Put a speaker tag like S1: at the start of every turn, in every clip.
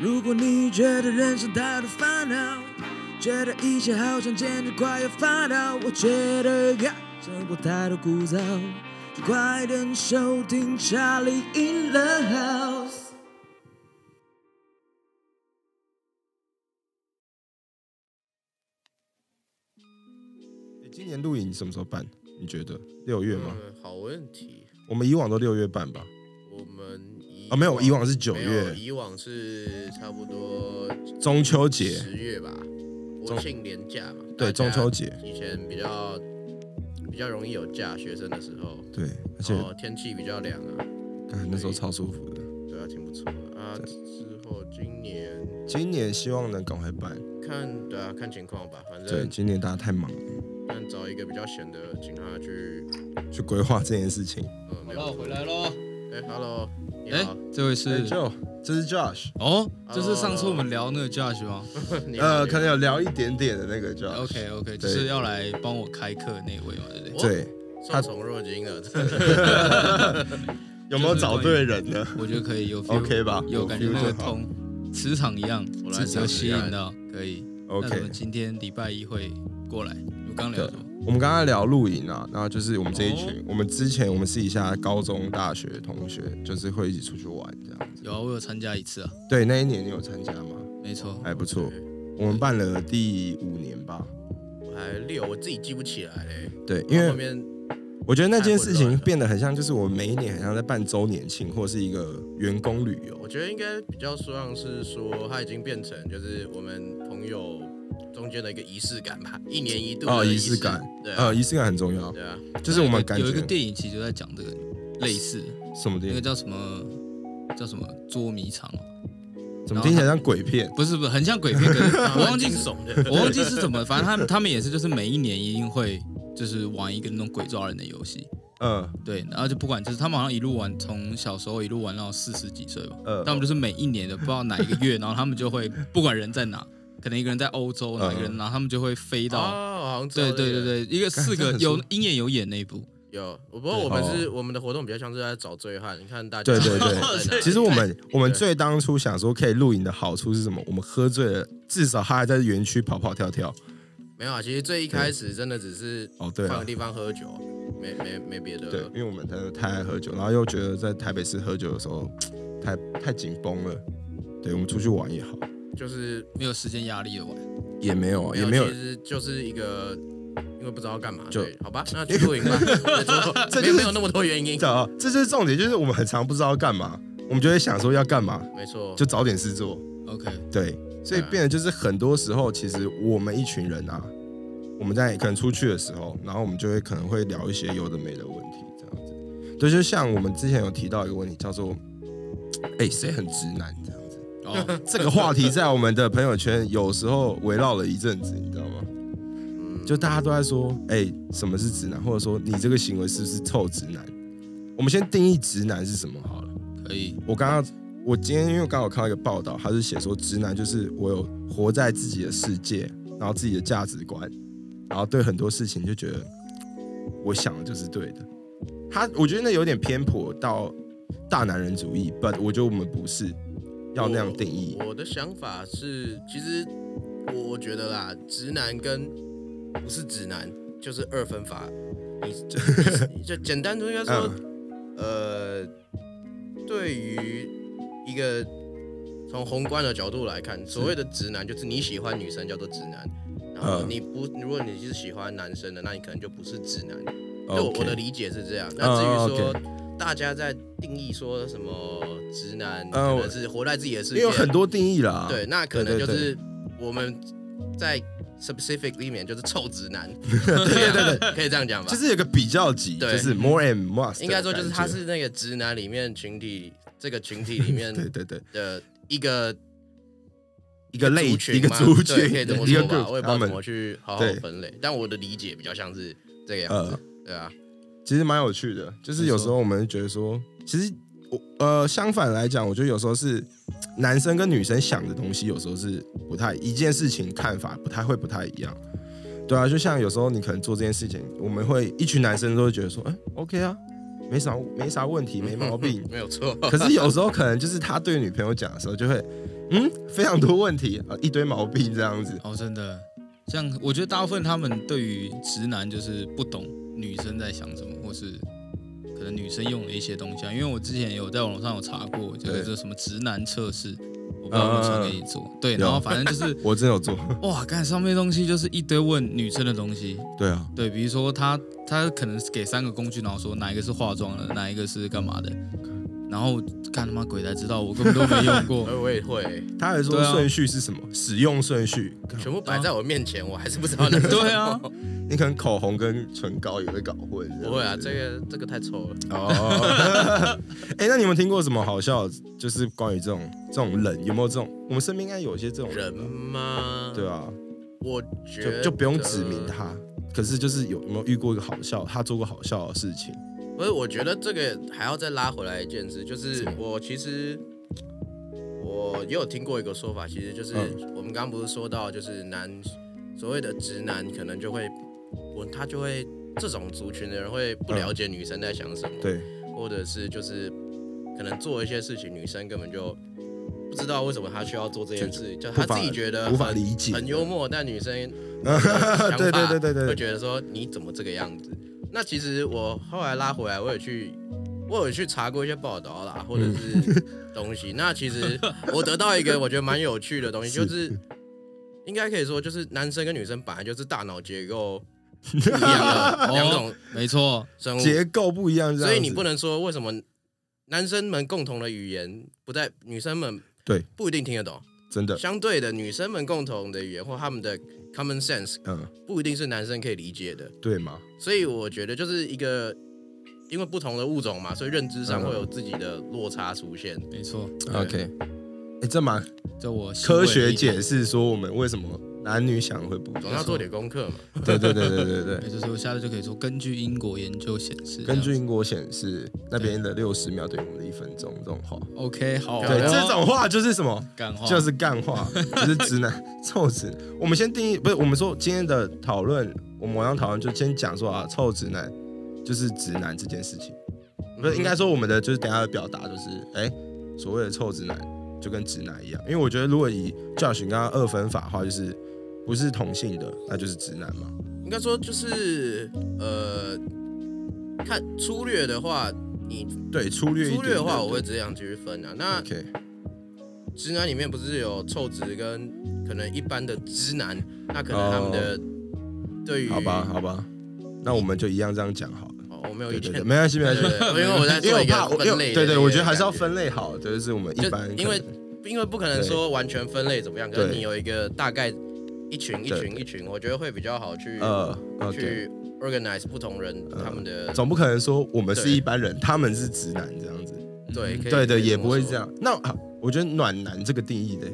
S1: 如果你觉得人生太多烦恼，觉得一切好像简直快要发抖，我觉得呀，生活太多枯燥，就快点收听《Charlie in the House》。
S2: 欸今年露营什么时候办？你觉得六月吗？
S3: 嗯，好问题。
S2: 我们以往都六月办吧。
S3: 我们以
S2: 啊没有以往是九月
S3: 没有以往是差不多
S2: 中秋节
S3: 十月吧，国庆连假嘛。大
S2: 对
S3: 家
S2: 中秋节
S3: 以前比较比较容易有假，学生的时候，
S2: 对，而且、
S3: 哦，天气比较凉啊，
S2: 干那时候超舒服的。
S3: 对啊，挺不错的啊。之后今年
S2: 今年希望能赶快办。
S4: 嗯
S3: 看对啊，看情况吧，反
S2: 对，
S3: 正
S2: 今年大家太忙了，
S3: 看找一个比较闲的，请他去
S2: 去规划这件事情。
S3: 呃，
S4: 好
S3: 没
S4: 了，
S3: 有
S4: 回来喽。
S3: 哎，Hello，你
S4: 哎
S3: 好，，
S4: 这位
S2: 对
S4: 是
S2: Joe，这是 Josh，
S4: 哦，
S3: Hello，
S4: 就是上次我们聊那个 Josh 吗
S3: 你好
S2: 呃，
S3: 你
S2: 可能
S3: 好
S2: 有聊一点点的那个 Josh。
S4: ？OK OK，就是要来帮我开课那位嘛，对不对？
S2: 对，
S3: 受宠若惊了，
S2: 有没有找对人呢？
S4: 我觉得可以，有 feel
S2: OK 吧
S4: 有感觉
S2: 有 feel
S4: 那个
S2: 就好
S4: 通磁场一样，
S3: 我来
S4: 磁
S3: 尝
S4: 有
S3: 试
S4: 吸
S3: 看
S4: 引到，可以。那我
S2: OK
S4: 们。今天礼拜一会过来，我们刚聊什么？
S2: 我们刚刚聊露营啊，然后就是我们这一群，
S4: 哦
S2: 我们之前我们私底下高中、大学同学，就是会一起出去玩这样子。
S4: 有啊，我有参加一次啊，
S2: 对，那一年你有参加吗？
S4: 没错。
S2: 还不错，我们办了第五年吧。
S3: 我还六，我自己记不起来嘞。
S2: 对，因为
S3: 哦后面
S2: 我觉得那件事情变得很像，就是我每一年很像在办周年庆或是一个员工旅游
S3: 我。觉得应该比较像是说，它已经变成就是我们朋友中间的一个仪式感吧，一年一度的
S2: 哦，仪
S3: 式
S2: 式感，
S3: 对啊
S2: 呃，，仪式感很重要。
S3: 对啊，
S2: 就是我们感觉
S4: 有一个电影其实就在讲这个类似，
S2: 什么
S4: 那
S2: 电
S4: 个
S2: 影，
S4: 叫什么叫什么捉迷藏哦，
S2: 怎么听起来像鬼片？
S4: 不是不是，很像鬼片，可 是我忘记
S3: 惊
S4: 是
S3: 悚的，
S4: 我忘记是怎么，反正他们他们也是，就是每一年一定会就是玩一个那种鬼抓人的游戏，
S2: 嗯
S4: 对，然后就不管就是他们好像一路玩，从小时候一路玩到四十几岁吧，
S2: 呃
S4: 他们就是每一年的不知道哪一个月，然后他们就会不管人在哪，可能一个人在欧洲，哪一个人，然后他们就会飞到，
S3: 嗯哦，好像知道
S4: 对
S3: 这个
S4: 对对对，一个
S2: 干
S4: 四
S2: 这
S4: 个
S2: 很
S4: 有
S2: 爽
S4: 鹰眼有演那一部，
S3: 有。我不过我们是我们的活动比较像是在找醉汉，你看大家
S2: 哦对对 对，其实我们我们
S3: 对
S2: 最当初想说可以露营的好处是什么？我们喝醉了，至少他还在园区跑跑跳跳。
S3: 没有啊，其实最一开始真的只是
S2: 哦，对
S3: 换
S2: 啊
S3: 个，地方喝酒，没没没别
S2: 对，
S3: 的
S2: 因。为我们真的太爱喝酒，然后又觉得在台北市喝酒的时候太太紧绷了。对，我们出去玩也好，
S3: 就是
S4: 没有时间压力的玩，
S2: 也没有啊，也没有
S3: 其，实就是一个，因为不知道干嘛，
S2: 就
S3: 对，好吧，那 去露营吧。
S2: 这
S3: 这
S2: 就
S3: 没有
S2: 是
S3: 没有那么多原因
S2: 你知，道，啊这就是重点，就是我们很常不知道干嘛，我们就会想说要干嘛，
S3: 没错，
S2: 就找点事做。
S4: ，OK，
S2: 对，所以变得就是很多时候，其实我们一群人啊，我们在可能出去的时候，然后我们就会可能会聊一些有的没的问题，这样子。对，就像我们之前有提到一个问题，叫做“哎、谁很直男”这样子。
S4: 哦，
S2: 这个话题在我们的朋友圈有时候围绕了一阵子，你知道吗？就大家都在说，哎、什么是直男，或者说你这个行为是不是臭直男？我们先定义直男是什么好了。
S4: 可以，
S2: 我刚刚，我今天因为刚好看到一个报道，他是写说直男就是我有活在自己的世界，然后自己的价值观，然后对很多事情就觉得嗯我想的就是对的。他我觉得那有点偏颇到大男人主义，but 我觉得我们不是要那样定义。
S3: 我的想法是，其实我我觉得啦，直男跟不是直男就是二分法。你就就简单的应该说，
S2: 嗯
S3: 呃，对于一个从宏观的角度来看，所谓的直男就是你喜欢女生叫做直男，然后
S2: 嗯
S3: 你不如果你是喜欢男生的，那你可能就不是直男。对我
S2: OK
S3: 我的理解是这样。
S2: 嗯
S3: 那至于说
S2: OK
S3: 大家在定义说什么直男，可
S2: 嗯我
S3: 能是活在自己的世
S2: 因
S3: 界，
S2: 为有很多定义啦。
S3: 对，那可能
S2: 对对
S3: 就是我们在 specific 里面就是臭直 男，对对对，可以这样讲吧？
S2: 就是有个比较级，就
S3: 对
S2: 是 more and must。
S3: 嗯应该说就是他，是那个直男里面群体这个群体里面
S2: 对对对，
S3: 的一个
S2: 一个类
S3: 族群
S2: 一个
S3: 吗
S2: 族
S3: 对
S2: 群，
S3: 可以这么
S2: 一个
S3: 说吧？
S2: group，
S3: 我也不知
S2: 他
S3: 道
S2: 们
S3: 怎么去好好
S2: 对
S3: 分类，但我的理解比较像是这个样
S2: 呃
S3: 子，，对啊，
S2: 其实蛮有趣的，就是有时候我们觉得说，其实我呃相反来讲，我觉得有时候是男生跟女生想的东西，有时候是不太一件事情看法不太会不太一样。对啊，就像有时候你可能做这件事情，我们会一群男生都会觉得说，哎、o k 啊，没啥 没啥问题，没毛病。
S3: 没有错，
S2: 可是有时候可能就是他对女朋友讲的时候，就会，嗯，非常多问题，呃一堆毛病这样子。
S4: 哦，真的，像我觉得大部分他们对于直男就是不懂女生在想什么，或是可能女生用的一些东西啊。因为我之前有在网络上有查过，就是
S2: 对嗯
S4: 这什么直男测试，我不知道女生可以做。对，
S2: 有
S4: 然后反正就是
S2: 我真有做，
S4: 哇，看上面东西就是一堆问女生的东西。
S2: 对啊，
S4: 对，比如说他他可能是给三个工具，然后说哪一个是化妆的，哪一个是干嘛的，然后干他妈鬼才知道，我根本都没用过。
S3: 而呃我也会，
S2: 他还说
S4: 对啊
S2: 顺序是什么？使用顺序，
S3: 全部摆在我面前，我还是不知道那是什么
S4: 嗯 对啊，
S2: 你可能口红跟唇膏也会搞混。
S3: 不会啊，
S2: 样子
S3: 这个这个太臭了。
S2: 哦， 哎、那你们听过什么好笑的？就是关于这种这种人，有没有这种？我们身边应该有一些这种
S3: 人
S2: 吧
S3: 吗？
S2: 对，啊，
S3: 我觉
S2: 就
S3: 得
S2: 就不用指啊明。他。可是就是有有没有遇过一个好笑，他做过好笑的事情？
S3: 不是，我觉得这个还要再拉回来一件事，就是
S2: 什么
S3: 我其实我也有听过一个说法，其实就是
S2: 嗯
S3: 我们刚刚不是说到，就是男所谓的直男，可能就会我他就会这种族群的人会
S2: 嗯
S3: 不了解女生在想什么，
S2: 对，
S3: 或者是就是可能做一些事情，女生根本就不知道为什么她需要做这件事，就她
S2: 无法
S3: 自己觉得
S2: 无法
S3: 很
S2: 理解
S3: 呃很幽默，但女 生
S2: 对对对对对
S3: 会
S2: 对，
S3: 觉得说你怎么这个样子？那其实我后来拉回来，我有去，我有去查过一些报道啦，或者
S2: 嗯
S3: 是东西。那其实我得到一个我觉得蛮有趣的东西，就是应该可以说，就是男生跟女生本来就是大脑结构不
S2: 啊
S3: 一样的
S4: 哦
S3: 两种
S4: 没错，
S3: 生物，
S2: 结构不一样这样子，
S3: 所以你不能说为什么男生们共同的语言不在女生们
S2: 对
S3: 不一定听得懂，
S2: 真的，
S3: 相对的女生们共同的语言或他们的 common sense
S2: 嗯，
S3: 不一定是男生可以理解的。
S2: 对嘛，
S3: 所以我觉得就是一个，因为不同的物种嘛，所以认知上
S2: 嗯
S3: 会有自己的落差出现。
S4: 没错，
S2: OK，哎、这蛮
S4: 这我欣慰
S2: 科
S4: 了
S2: 学
S4: 一点
S2: 解释说我们为什么男女想会不一
S3: 总
S2: 样。
S3: 要做点功课嘛。
S2: 对对对对对对
S4: 也。就是我下次就可以说，根据英国研究显示，
S2: 根据
S4: 这样
S2: 英国显示，那边的六十秒等于我们的一分钟，这种话。
S4: OK 好，
S2: 对，这种话就是什么？
S4: 感
S3: 哦
S4: 化
S2: 就是干 话，就是直男臭直。我们先定义，不是我们说今天的讨论，我们晚上讨论就先讲说啊，臭直男就是直男这件事情，不
S3: 嗯
S2: 是应该说我们的就是等一下的表达就是，哎、所谓的臭直男就跟直男一样，因为我觉得如果以 Josh 你刚刚二分法的话，就是不是同性的那就是直男嘛，
S3: 应该说就是呃，看粗略的话，你
S2: 对，粗略一点
S3: 粗略的话，我会
S2: 对
S3: 这样去分啊。那
S2: OK
S3: 直男里面不是有臭直跟可能一般的直男，那可能他们的对于
S2: 好吧好吧，那我们就一样这样讲好了，
S3: 嗯哦，我没有
S2: 对
S3: 意见
S2: 对对，，没关系没关系
S3: 对，对对 因为我在
S2: 因
S3: 做
S2: 为
S3: 一
S2: 我怕
S3: 个
S2: 我
S3: 分类的
S2: 对对，
S3: 那个
S2: 我觉得还是
S3: 感
S2: 要分类好，就是我们一
S3: 就
S2: 般
S3: 因为
S2: 可能
S3: 因为不可能
S2: 对
S3: 说完全分类怎么样，可是
S2: 对
S3: 你有一个大概一群一
S2: 对
S3: 群一群，我觉得会比较好去、
S2: 呃，OK，
S3: 去 organize 不同人他们的、
S2: 总不可能说我们是
S3: 对
S2: 一般人，他们是直男这样子。
S3: 对可以
S2: 对
S3: 可
S2: 的，
S3: 以
S2: 也
S3: 么
S2: 不会
S3: 说
S2: 这样。那啊我觉得暖男这个定义的，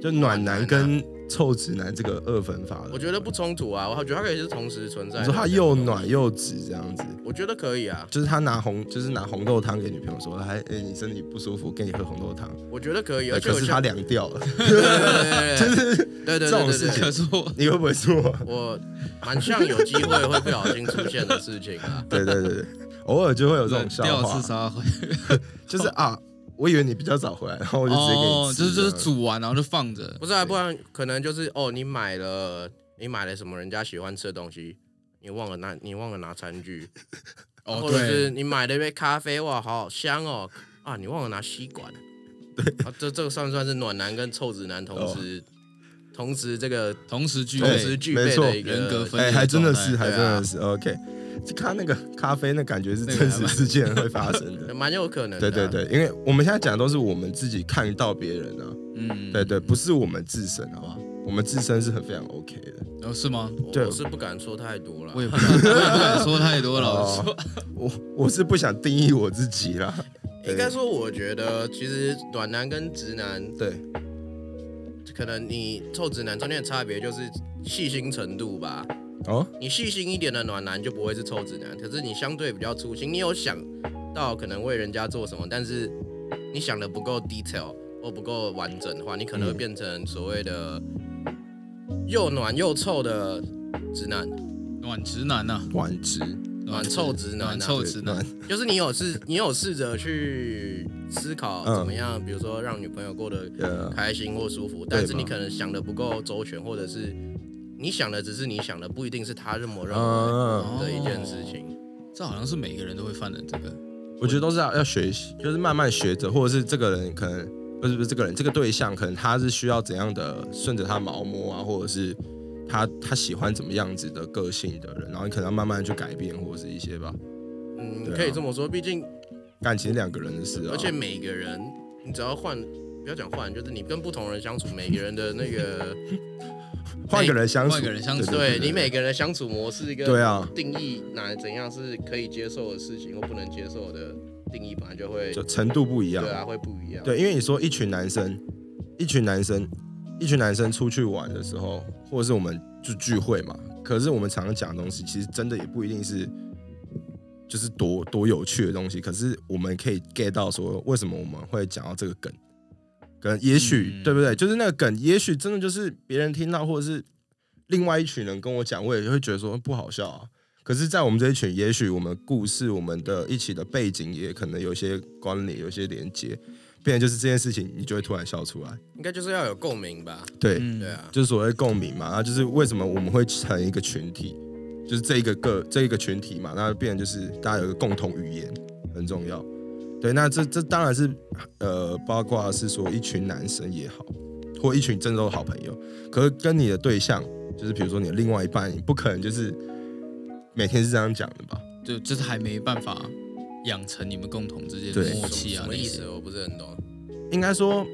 S2: 就暖
S3: 男
S2: 男
S3: 啊
S2: 跟臭直男这个二分法的，
S3: 我觉得不冲突啊，我觉得它可以是同时存在的。
S2: 你说他又暖又直这样子，
S3: 我觉得可以啊，
S2: 就是他拿红，就是拿红豆汤给女朋友说，哎，哎你身体不舒服，给你喝红豆汤，
S3: 我觉得可以，
S2: 呃
S3: 而且
S2: 可
S3: 我
S2: 是
S3: 像
S2: 他凉 掉了，
S3: 对对对对对对对对对
S2: 这种
S3: 对
S2: 事
S3: 对
S2: 情
S4: 可
S3: 对，
S4: 是我
S2: 你会不会做？。
S3: 我蛮像有机会会不小心出现的事情啊
S2: 对对对对， 偶尔就会有这种
S4: 冷
S2: 笑
S4: 掉
S2: 话
S4: 自，杀会，
S2: 就是啊，我以为你比较早回来，然后我就直接给
S4: 哦
S2: 你，吃
S4: 就是就是
S2: 这样
S4: 煮完然后就放着
S3: 不，是啊，不然可能就是哦，你买了你买了什么人家喜欢吃的东西，你忘了拿你忘了拿餐具，
S4: 哦
S3: 或者是你买了一杯咖啡，哇，好好香哦，啊，你忘了拿吸管，对，啊、这这个算不算是暖男跟臭直男同时、同时这个
S4: 同时具
S3: 同
S2: 哦对
S3: 时
S4: 备
S3: 具
S2: 没
S3: 备
S2: 错
S3: 的一个
S4: 人格分
S2: 哎、
S4: 裂
S2: 还真的
S4: 状态
S2: 是，还真
S3: 对啊
S2: 的是、OK。他那个咖啡，那感觉是
S4: 那个
S2: 真
S4: 还
S2: 实
S4: 蛮
S2: 事件会发生的。
S3: 蛮有可 能的、
S4: 啊
S3: 啊
S2: 对对，对，因为我们现在讲的都是我们自己看到别人啊，
S4: 嗯，
S2: 对对，不是我们自身，好不好？我们自身是很非常 OK 的。
S4: 哦是吗？
S2: 对
S3: 我我是不敢说太多了
S4: 我。也不敢，我也不敢说太多了，老实说
S2: 哦，我我是不想定义我自己啦。对
S3: 应该说，我觉得其实暖男跟直男，
S2: 对，
S3: 可能你臭直男中间的差别就是细心程度吧。
S2: 哦，
S3: 你细心一点的暖男就不会是臭直男，可是你相对比较粗心，你有想到可能为人家做什么，但是你想的不够 detail 或不够完整的话，你可能会
S2: 嗯
S3: 变成所谓的又暖又臭的直男。
S4: 暖直男呐，啊
S2: 玩直，
S4: 暖
S3: 暖臭直男啊
S4: 暖臭直男，
S3: 就是你有试，你有试着去思考
S2: 嗯
S3: 怎么样，比如说让女朋友过得
S2: 呃，
S3: 开心或舒服，
S2: 对
S3: 但是你
S2: 吧
S3: 可能想的不够周全，或者是你想的只是你想的，不一定是他这么认为
S2: 嗯，
S4: 哦
S3: 的一件事情。
S4: 这好像是每个人都会犯的这个。
S2: 我觉得都是要要学习，就是慢慢学着，或者是这个人可能不是不是这个人，这个对象可能他是需要怎样的，顺着他毛摸啊，或者是他他喜欢怎么样子的个性的人，然后你可能要慢慢去改变，或者是一些吧。
S3: 嗯，
S2: 对啊
S3: 可以这么说，毕竟
S2: 感情是两个人的事啊，
S3: 而且每个人，你只要换，不要讲换，就是你跟不同人相处，每个人的那个，
S2: 换个人相处，
S4: 换个人相处
S3: 对你每个人的相处模式跟
S2: 对啊，
S3: 定义哪怎样是可以接受的事情或不能接受的定义，本来就会
S2: 就程度不一样
S3: 对。啊会不一样。
S2: 对，因为你说一群男生，一群男生，一群男生出去玩的时候，或者是我们就聚会嘛，可是我们常常讲的东西，其实真的也不一定是就是多多有趣的东西，可是我们可以 get 到说为什么我们会讲到这个梗，可能也许、
S4: 嗯
S2: 对不对？就是那个梗，也许真的就是别人听到，或者是另外一群人跟我讲，我也会觉得说不好笑啊。可是，在我们这一群，也许我们故事、我们的一起的背景，也可能有一些关联、有一些连接，变成就是这件事情，你就会突然笑出来。
S3: 应该就是要有共鸣吧？
S2: 对，
S4: 嗯
S3: 对，啊，
S2: 就是所谓共鸣嘛，然后就是为什么我们会成一个群体，就是这一个个这一个群体嘛，那变成就是大家有一个共同语言，很重要。对，那这这当然是呃，包括是说一群男生也好，或一群真正的好朋友，可是跟你的对象，就是比如说你的另外一半，你不可能就是每天是这样讲的吧？
S4: 就就是还没办法养成你们共同之间
S2: 对
S4: 的默契
S3: 什
S4: 啊，
S3: 么
S4: 那
S3: 意
S4: 些
S3: 思？我不是很懂。
S2: 应该说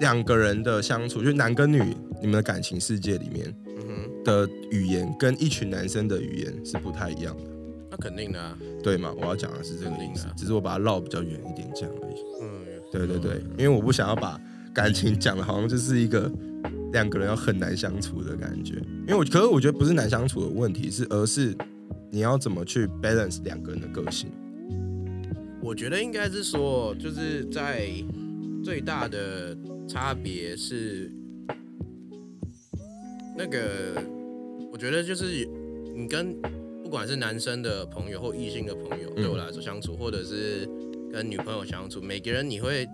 S2: 两个人的相处，就是男跟女，你们的感情世界里面
S3: 嗯哼，
S2: 的语言跟一群男生的语言是不太一样的。
S3: 那肯定的、啊。
S2: 对嘛？我要讲的是这个
S3: 肯定
S2: 意
S3: 的
S2: 思
S3: 啊，
S2: 只是我把它绕比较远一点讲而已。
S3: 嗯，
S2: 对对对，因为我不想要把感情讲的好像就是一个两个人要很难相处的感觉。因为我可是我觉得不是难相处的问题，是而是你要怎么去 balance 两个人的个性。
S3: 我觉得应该是说，就是在最大的差别是那个，我觉得就是你跟不管是男生的朋友或异性的朋友，对我来说相处，或者是跟女朋友相处，每个人你会。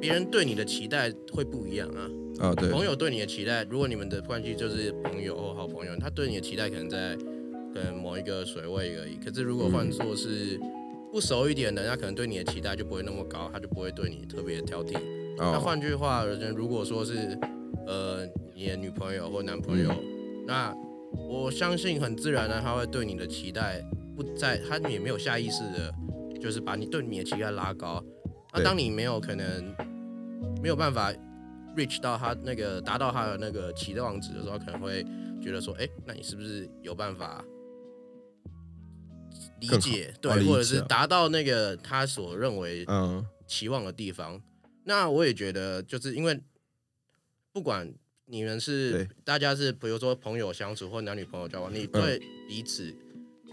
S3: 别人对你的期待会不一样啊，
S2: 啊，对
S3: 朋友对你的期待，如果你们的关系就是朋友或好朋友，他对你的期待可能在跟某一个水位而已。可是如果换作是不熟一点的，他可能对你的期待就不会那么高，他就不会对你特别挑剔。
S2: 哦
S3: 那换句话而言，如果说是呃你的女朋友或男朋友，
S2: 嗯
S3: 那我相信很自然的他会对你的期待不在，他也没有下意识的，就是把你对你的期待拉高。那
S2: 对
S3: 当你没有可能没有办法 reach 到他那个达到他的那个期望值的时候，可能会觉得说，哎、那你是不是有办法？理
S2: 更好
S3: 解
S2: 哦
S3: 对，
S2: 理
S3: 或者
S2: 解
S3: 是
S2: 啊
S3: 达到那个他所认为
S2: 嗯
S3: 期望的地方。那我也觉得，就是因为不管你们是
S2: 对嗯
S3: 大家是，比如说朋友相处或男女朋友交往，你对彼此，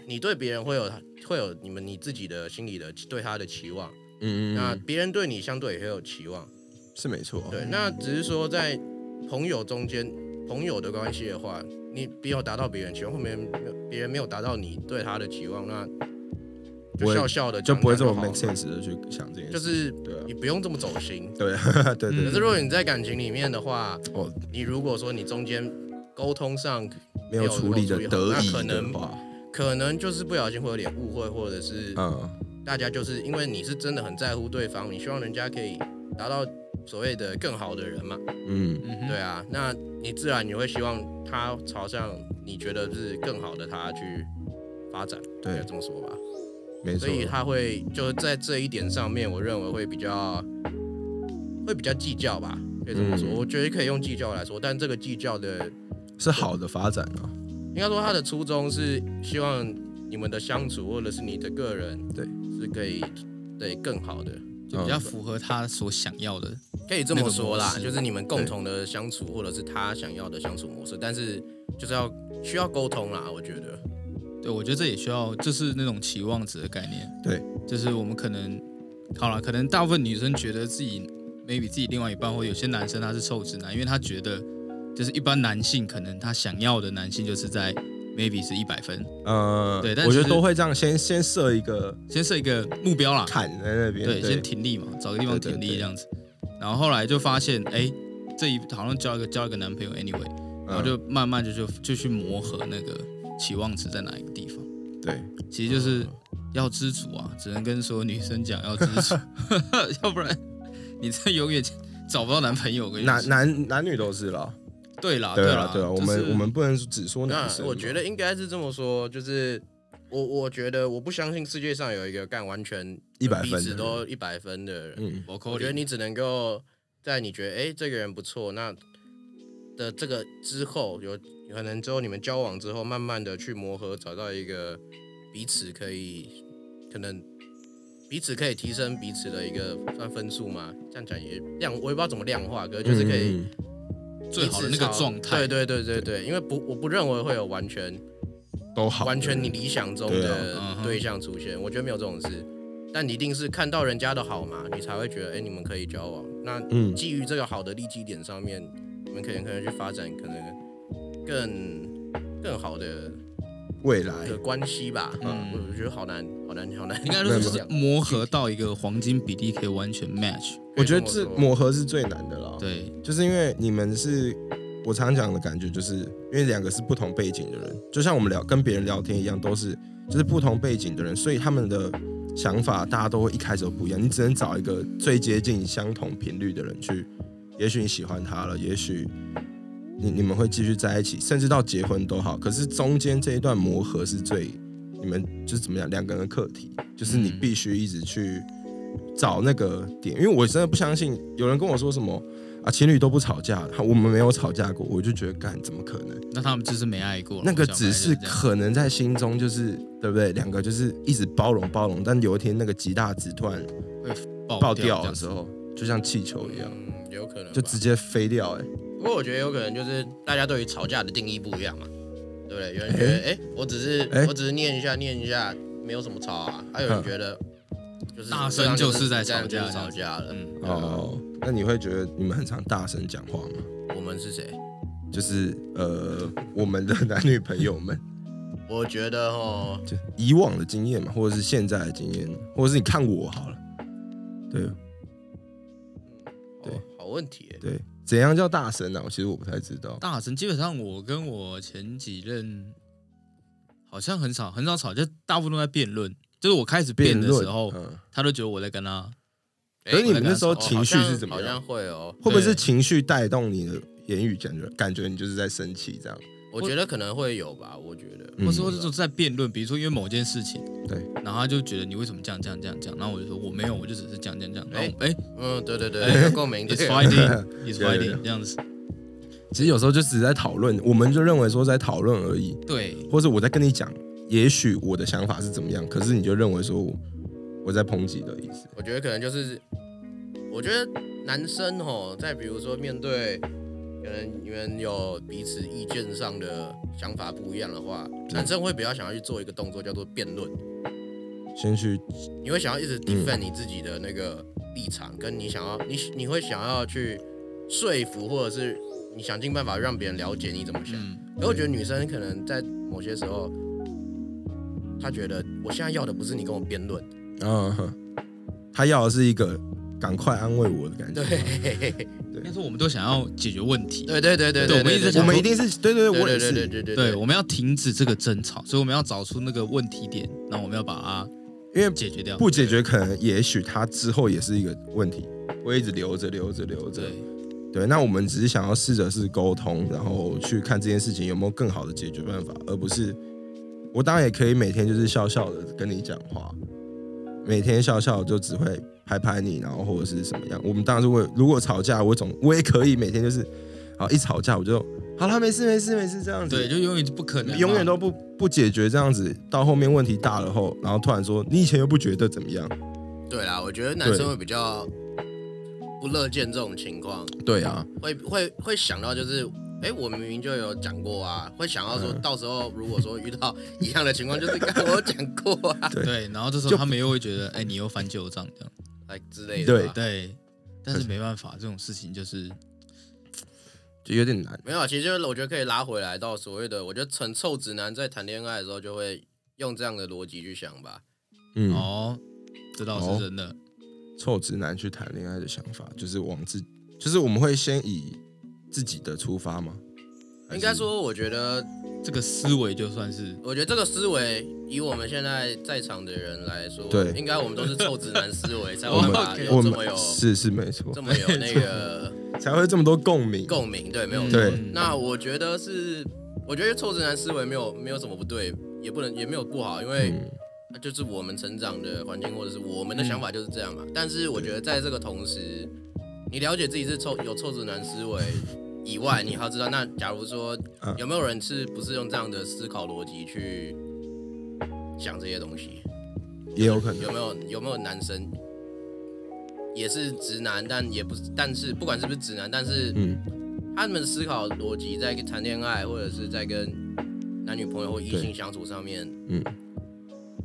S3: 你对别人会有会有你们你自己的心里的对他的期望，
S2: 嗯嗯
S3: 那
S2: 嗯，哦
S3: 别人对你相对也会有期望。
S2: 是没错。
S3: 对，那只是说在朋友中间，朋友的关系的话，你没有达到别人期望，后面没有别人没有达到你对他的期望，那就
S2: 不会
S3: 笑笑的
S2: 就不会这么
S3: 没
S2: make sense 的去想这件事。
S3: 就是嗯
S2: 对啊
S3: 你不用这么走心。
S2: 对啊对对
S3: 可
S2: 对，
S3: 是如果你在感情里面的话，
S2: 哦
S3: 你如果说你中间沟通上
S2: 没有处理的得意的
S3: 那
S2: 话，
S3: 可能就是不小心会有点误会，或者是
S2: 嗯，
S3: 大家就是因为你是真的很在乎对方，你希望人家可以达到所谓的更好的人嘛，
S2: 嗯
S4: 嗯哼，
S3: 对啊，那你自然你会希望他朝向你觉得是更好的他去发展，
S2: 对
S3: 应该这么说吧。
S2: 没错
S3: 所。以他会就是在这一点上面，我认为会比较会比较计较吧，可以这么说。
S2: 嗯
S3: 我觉得可以用计较来说，但这个计较的，
S2: 是好的发展啊，
S3: 应该说他的初衷是希望你们的相处或者是你的个人，
S2: 对，
S3: 是可以对更好的，
S4: 就比较符合他所想要的。
S3: 可以这么说啦
S4: 那个模，式
S3: 就是你们共同的相处或者是他想要的相处模式，但是就是要需要沟通啦，我觉得。
S4: 对，我觉得这也需要，就是那种期望值的概念。
S2: 对，
S4: 就是我们可能，好了，可能大部分女生觉得自己 maybe 自己另外一半，或有些男生他是臭直男，因为他觉得就是一般男性可能他想要的男性就是在 maybe 是一百分，
S2: 呃，
S4: 对但
S2: 我觉
S4: 其
S2: 得
S4: 实
S2: 都会这样，先先设一个
S4: 先设一个目标啦，
S2: 坎在那边，
S4: 对，
S2: 对，
S4: 先挺立嘛，找个地方
S2: 对对
S4: 挺立
S2: 对
S4: 这样子。然后后来就发现，哎，这一好像交一个交一个男朋友，anyway，然后
S2: 嗯
S4: 就慢慢就就就去磨合那个期望值在哪一个地方，
S2: 对，
S4: 其实就是
S2: 嗯
S4: 要知足啊，只能跟所有女生讲要知 足， 要不然你这永远找不到男朋友。我跟你
S2: 男
S4: 说
S2: 男男女都是了，
S4: 对啦
S2: 对
S4: 啦
S2: 啊对啊，我
S4: 就是
S2: 们我们不能只说
S3: 那
S2: 男生嘛，
S3: 我觉得应该是这么说，就是我我觉得我不相信世界上有一个干完全
S2: 100
S3: 彼
S2: 分
S3: 此
S2: 的
S3: 都一百分的人。
S2: 嗯，
S4: 我
S3: 我
S4: 扣
S3: 觉得
S4: 零
S3: 你只能够在你觉得哎、诶这个人不错，那的这个之后有可能之后你们交往之后，慢慢的去磨合，找到一个彼此可以可能彼此可以提升彼此的一个算分数嘛？这样讲也量我也不知道怎么量化，可是就是可以
S2: 嗯，嗯嗯
S4: 最好的那个状态，
S3: 对对对对对，因为不我不认为会有完全
S2: 都好，
S3: 完全你理想中
S2: 对
S4: 啊嗯
S3: 的
S4: 哼
S3: 对象出现，我觉得没有这种事。但你一定是看到人家的好嘛，你才会觉得哎、诶你们可以交往。那
S2: 嗯
S3: 基于这个好的利基点上面，你们可能可能去发展可能更更好的
S2: 未来
S3: 的关系吧。
S4: 嗯
S3: 嗯，我觉得好难，好难，好难。
S4: 应该
S2: 都
S4: 说
S2: 是
S4: 就是磨合到一个黄金比例可以完全 match。
S2: 我觉得
S3: 这
S2: 这
S3: 么说
S2: 磨合是最难的了。，
S4: 对，
S2: 就是因为你们是，我常讲的感觉，就是因为两个是不同背景的人，就像我们聊跟别人聊天一样，都是就是不同背景的人，所以他们的想法大家都会一开始都不一样。你只能找一个最接近相同频率的人去，也许你喜欢他了，也许你你们会继续在一起，甚至到结婚都好。可是中间这一段磨合是最你们就是怎么讲两个人的课题，就是你
S4: 嗯
S2: 必须一直去找那个点，因为我真的不相信有人跟我说什么啊情侣都不吵架，我们没有吵架过，我就觉得干怎么可能？
S4: 那他们就是没爱过啦。
S2: 那个
S4: 我想
S2: 只是
S4: 白就是
S2: 可能在心中就是对不对？两个就是一直包容包容，但有一天那个极大值突然
S4: 这样
S2: 爆
S4: 爆掉
S2: 掉
S4: 这样
S2: 的
S4: 子
S2: 时候，就像气球一样，
S3: 嗯，有可能吧
S2: 就直接飞掉、欸。哎，
S3: 不过我觉得有可能就是大家对于吵架的定义不一样嘛，对不对？有人觉得，哎、我只是、
S2: 哎
S3: 我只是念一下念一下，没有什么吵啊。还有人觉得，就是
S4: 大
S3: 这样
S4: 声就是在
S3: 这样
S4: 吵
S3: 就
S4: 架
S3: 是
S4: 这
S3: 吵
S4: 样子
S3: 架了。
S4: 嗯，
S2: 哦，那你会觉得你们很常大声讲话吗？
S3: 我们是谁？
S2: 就是呃，我们的男女朋友们，
S3: 我觉得哦，
S2: 就以往的经验嘛，或者是现在的经验，或者是你看我好了，对对
S3: 好哦好问题耶，
S2: 对，怎样叫大声呢、啊？我其实我不太知道。
S4: 大神基本上我跟我前几任好像很少很少吵，就大部分都在辩论。就是我开始辩的
S2: 论
S4: 时候，
S2: 嗯，
S4: 他都觉得我在跟他
S2: 可是你们那时候
S3: 哦
S2: 情绪是怎么
S3: 好像好
S2: 样
S3: 像？会哦，
S2: 会不会
S4: 对
S2: 是情绪带动你的言语感觉？感觉你就是在生气这样？
S3: 我觉得可能会有吧，我觉得。
S2: 嗯
S4: 或是或是说在辩论，比如说因为某件事情，
S2: 对，
S4: 然后他就觉得你为什么这样这样这样这样，然后我就说我没有，我就只是这样这样这样，然后哎
S3: 嗯，对对对，有共鸣。
S4: ，it's
S3: 对
S4: fighting，it's
S2: 对对
S4: fighting 这样子，
S2: 其实有时候就只是在讨论，我们就认为说在讨论而已，
S4: 对，
S2: 或是我在跟你讲，也许我的想法是怎么样，可是你就认为说我我在抨击的意思。
S3: 我觉得可能就是，我觉得男生吼，在比如说面对可能你们有彼此意见上的想法不一样的话，男生会比较想要去做一个动作叫做辩论，
S2: 先去
S3: 你会想要一直 defend 你自己的那个立场，跟你想要你你会想要去说服，或者是你想尽办法让别人了解你怎么想。
S4: 嗯，
S3: 而我觉得女生可能在某些时候，她觉得我现在要的不是你跟我辩论，
S2: 嗯，哼他要的是一个赶快安慰我的感觉。
S3: 对，
S4: 应该说我们都想要解决问题，
S3: 对对对对
S4: 对我们一直在讲
S2: 我们
S4: 说
S2: 一定是对对对，
S3: 对
S2: 我也
S3: 对对对
S2: 是，
S3: 对对
S4: 对，我们要停止这个争吵，所以我们要找出那个问题点，然后我们要把它
S2: 因为
S4: 解决掉，
S2: 不解决，可能也许他之后也是一个问题，会一直留着留着留着
S4: 对。，
S2: 对，那我们只是想要试着是沟通，然后去看这件事情有没有更好的解决办法，而不是我当然也可以每天就是笑笑的跟你讲话，每天笑笑就只会拍拍你，然后或者是什么样。我们当然是会，如果吵架，我总我也可以每天就是，好一吵架我就好了，没事没事没事这样子，
S4: 对，就永远不可能嘛，
S2: 永远都不不解决这样子，到后面问题大了后，然后突然说你以前又不觉得怎么样？
S3: 对啦，我觉得男生会比较不乐见这种情况，
S2: 对啊，
S3: 会会会想到就是，哎、我明明就有讲过啊，会想到说
S2: 嗯
S3: 到时候如果说遇到一样的情况，就是刚我有讲过啊，
S2: 对
S4: 对，然后这时候
S2: 就
S4: 他们又会觉得，哎，你又翻旧账这样，
S3: 哎之类的吧。
S4: 对，但是没办法，这种事情就是
S2: 就有点难。
S3: 没有啊，其实就是我觉得可以拉回来到所谓的，我觉得很臭直男在谈恋爱的时候就会用这样的逻辑去想吧。
S2: 嗯，
S4: 哦，这倒
S2: 哦
S4: 是真的。
S2: 臭直男去谈恋爱的想法，就是往自，就是我们会先以自己的出发吗？还是
S3: 应该，说，我觉得，
S4: 这个思维就算是
S3: 我觉得这个思维，以我们现在在场的人来说，
S2: 对
S3: 应该我们都是臭直男思维，才
S2: 我
S3: 会
S2: 们
S3: 把哦 有
S2: 我
S3: 这么有
S2: 们是是没错
S3: 这，么有那个
S2: 才会这么多共鸣。
S3: 共鸣，对，没有
S4: 嗯
S3: 错。
S2: 对
S3: 那我觉得是，我觉得臭直男思维没有没有什么不对，也不能也没有不好，因为
S2: 嗯，
S3: 那就是我们成长的环境，或者是我们的想法就是这样嘛。但是我觉得在这个同时，你了解自己是臭有臭直男思维以外，你还要知道，那假如说
S2: 嗯
S3: 有没有人是不是用这样的思考逻辑去想这些东西？
S2: 也有可能
S3: 有。没有有没有男生也是直男，但也不是，但是不管是不是直男，但是
S2: 嗯，
S3: 他们的思考逻辑在跟谈恋爱或者是在跟男女朋友或异性
S2: 对
S3: 相处上面，
S2: 嗯，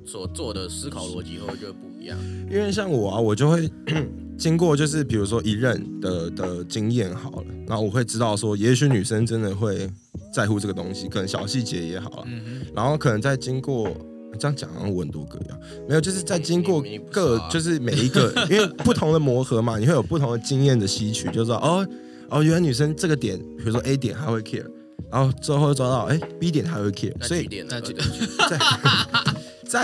S3: 所做的思考逻辑后就不一样。
S2: 因为像我啊，我就会 经过就是比如说一任的的经验好了，然后我会知道说，也许女生真的会在乎这个东西，可能小细节也好啊了，
S4: 嗯
S2: 然后可能在经过这样讲，好像我很多个一样，没有，就是在经过
S3: 你你不
S2: 各
S3: 少啊
S2: 就是每一 个，因为不同的磨合嘛，你会有不同的经验的吸取，就是说哦哦，原来女生这个点，比如说 A 点她会 care，然后最后抓到哎 B 点她会 care，
S3: 那
S2: 所
S3: 几
S2: 以
S3: 点呢？
S4: 那
S3: 对
S4: 几
S3: 对对
S2: 在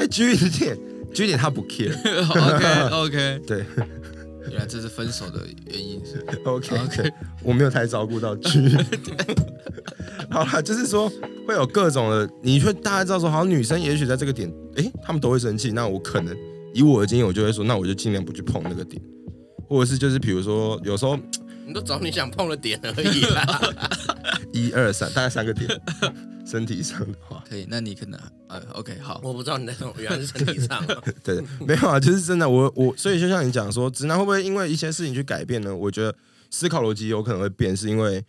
S2: 在 G 点 G 点她不 care，
S4: 哼，OK OK，
S2: 对
S4: 原来这是分手的原因是
S2: OK
S4: OK
S2: 我没有太照顾到 G，好啦，就是说会有各种的，你会大概知道说，好像女生也许在这个点，诶，她们都会生气，那我可能以我的经验，我就会说，那我就尽量不去碰那个点，或者是就是比如说有时候
S3: 你都找你想碰的点而已啊啦。
S2: 一二三，大概三个点，身体上的话，
S4: 可以。那你可能呃 OK 好，
S3: 我不知道你在种原来是身体上 啊，
S2: 对，没 有啊，就是真的，我我所以就像你讲说，直男会不会因为一些事情去改变呢？我觉得思考逻辑有可能会变，是因为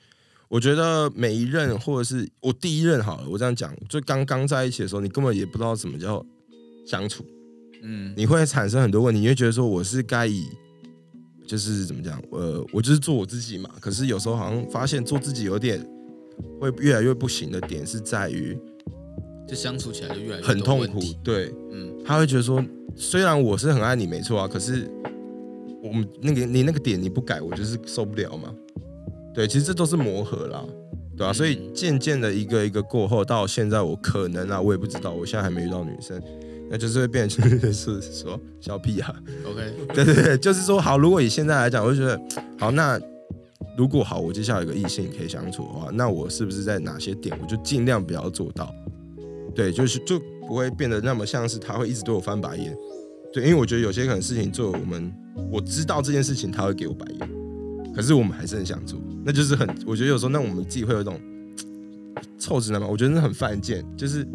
S2: 我觉得每一任或者是我第一任好了，我这样讲，就刚刚在一起的时候，你根本也不知道什么叫相处，
S4: 嗯，
S2: 你会产生很多问题，你会觉得说我是该以就是怎么讲，呃，我就是做我自己嘛。可是有时候好像发现做自己有点会越来越不行的点是在于
S4: 就相处起来就越来越
S2: 很
S4: 多
S2: 痛
S4: 问
S2: 苦
S4: 题，
S2: 对，
S4: 嗯，
S2: 他会觉得说，虽然我是很爱你，没错啊，可是我们那个你那个点你不改，我就是受不了嘛。对，其实这都是磨合啦，对啊，
S4: 嗯
S2: 所以渐渐的一个一个过后，到现在我可能啊，我也不知道，我现在还没遇到女生，那就是会变成就是说小屁啊，
S4: OK，
S2: 对对对，就是说好，如果以现在来讲，我就觉得好，那如果好，我接下来有个异性可以相处的话，那我是不是在哪些点我就尽量不要做到？对，就是就不会变得那么像是他会一直对我翻白眼。对，因为我觉得有些可能事情做我们我知道这件事情他会给我白眼，可是我们还是很想做，那就是很我觉得有时候那我们自己会有一种嘖臭直男嘛，我觉得那很犯贱，就是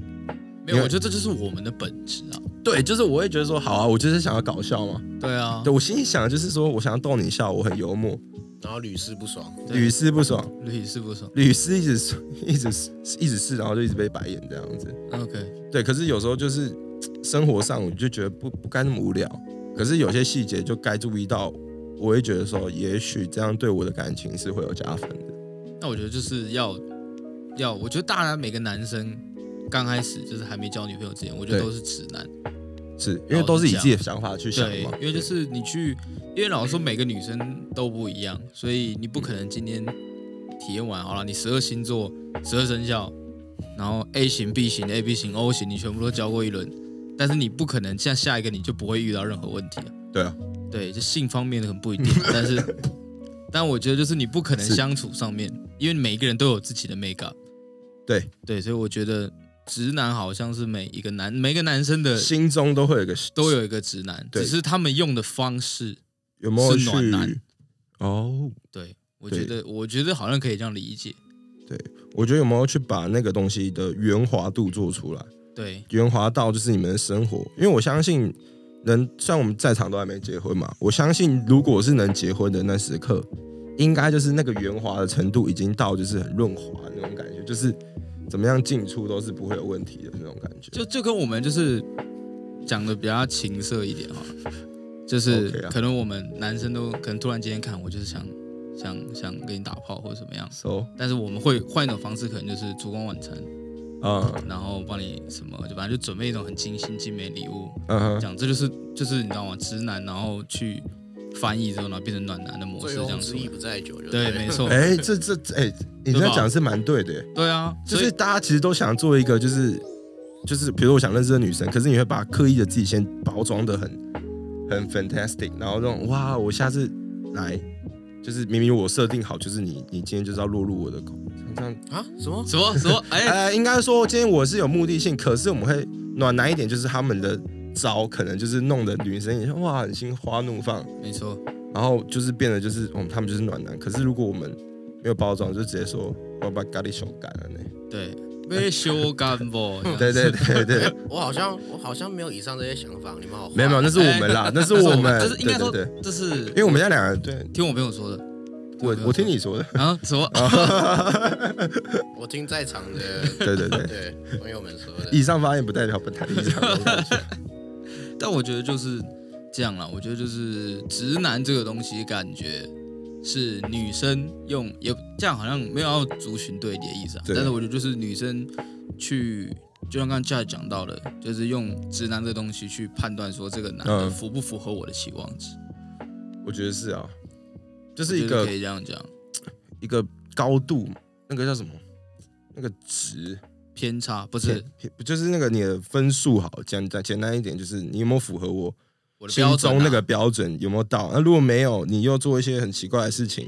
S4: 没有，我觉得这就是我们的本质啊。
S2: 对，就是我会觉得说好啊，我就是想要搞笑嘛，
S4: 对啊，
S2: 对我心里想的就是说我想要逗你笑，我很幽默，
S3: 然后屡试不爽。
S4: 对
S2: 屡试不爽，
S4: 屡试不爽。
S2: 屡试一直是 一直是一直试，然后就一直被白眼这样子。
S4: OK，
S2: 对，可是有时候就是生活上，我就觉得不不该那么无聊。可是有些细节就该注意到，我会觉得说，也许这样对我的感情是会有加分的。
S4: 那我觉得就是要要，我觉得大家每个男生刚开始就是还没交女朋友之前，我觉得
S2: 对
S4: 都是直男。
S2: 是
S4: 哦
S2: 因为都是以自己的想法去想
S4: 对，
S2: 嘛
S4: 因。为就是你去，因为老实说每个女生都不一样，所以你不可能今天体验完好了，你十二星座、十二生肖，然后 A 型、B 型、AB 型、O 型，你全部都教过一轮，但是你不可能像下一个你就不会遇到任何问题了。
S2: 对啊，
S4: 对，就性方面的很不一定，啊但是， 但我觉得就是你不可能
S2: 是
S4: 相处上面，因为每一个人都有自己的 make up。
S2: 对啊
S4: 对，所以我觉得直男好像是每一个男每个男生的
S2: 心中都会有一个
S4: 都有一个直男，
S2: 对
S4: 只是他们用的方式。
S2: 有没有
S4: 是暖男
S2: 去哦？
S4: 对，我
S2: 对
S4: 觉得我觉得好像可以这样理解。
S2: 我觉得有没有去把那个东西的圆滑度做出来？
S4: 对，
S2: 圆滑到就是你们的生活，因为我相信人，虽然我们在场都还没结婚嘛，我相信如果是能结婚的那时刻，应该就是那个圆滑的程度已经到就是很润滑的那种感觉，就是怎么样进出都是不会有问题的那种感觉。
S4: 就就跟我们就是讲的比较情色一点哈，就是
S2: OK 啊
S4: 可能我们男生都可能突然今天看我就是想想想跟你打炮或者怎么样，
S2: ，so
S4: 但是我们会换一种方式，可能就是烛光晚餐，
S2: 啊、嗯，
S4: 然后帮你什么，就反正就准备一种很精心精美的礼物，
S2: 嗯哼，
S4: 讲这就是就是你知道吗？直男然后去翻译之后，然后变成暖男的模式
S3: 醉
S4: 这样
S3: 翁
S4: 子
S3: 之。意不在酒，就
S4: 对，
S3: 了
S4: 没错，
S2: 哎、这这哎、你这样讲是蛮对的耶，
S4: 对啊，
S2: 就
S4: 所
S2: 是
S4: 以
S2: 大家其实都想做一个，就是就是，比如我想认识的女生，可是你会把刻意的自己先包装的很很 fantastic，然后这种哇，我下次来，就是明明我设定好，就是你你今天就是要落入我的口，像这样
S3: 啊？什么？
S4: 什么什么哎，
S2: 呃，应该说今天我是有目的性，可是我们会暖男一点，就是他们的招可能就是弄得女生也是哇很心花怒放，
S4: 没错，
S2: 然后就是变得就是嗯他们就是暖男，可是如果我们没有包装，就直接说我把咖喱手干了 呢。
S4: 对，被修干不？
S2: 对对对对，
S3: 我好像我好像没有以上这些想法，你们好坏，
S2: 没有没有，那是我们啦，那是我们，
S4: 哎这是应该说
S2: 对对对，
S4: 这是
S2: 因为我们家两个人对。
S4: 听我朋友说的
S2: 我
S4: 对
S2: 我听 你说的，
S4: 啊，什么？
S3: 我听在场 的
S2: 对对对，
S3: 对朋友们说的，
S2: 以上发言不代表本台立场。
S4: 但我觉得就是这样啦，我觉得就是直男这个东西，感觉是女生用，也这样好像没有要族群对立的意思啊。
S2: 对
S4: 但是我觉得就是女生去，就像刚刚 j a 讲到的，就是用直男这个东西去判断说这个男的
S2: 嗯
S4: 符不符合我的期望值，
S2: 我觉得是啊，就
S4: 我
S2: 是一
S4: 觉得
S2: 个
S4: 可以这样讲
S2: 一个高度，那个叫什么？那个值
S4: 偏差，不
S2: 偏
S4: 是
S2: 偏不就是那个你的分数好，简单简单一点，就是你有没有符合我
S4: 我的
S2: 心
S4: 标准、啊
S2: 中那个。标准有没有到？那如果没有，你又做一些很奇怪的事情，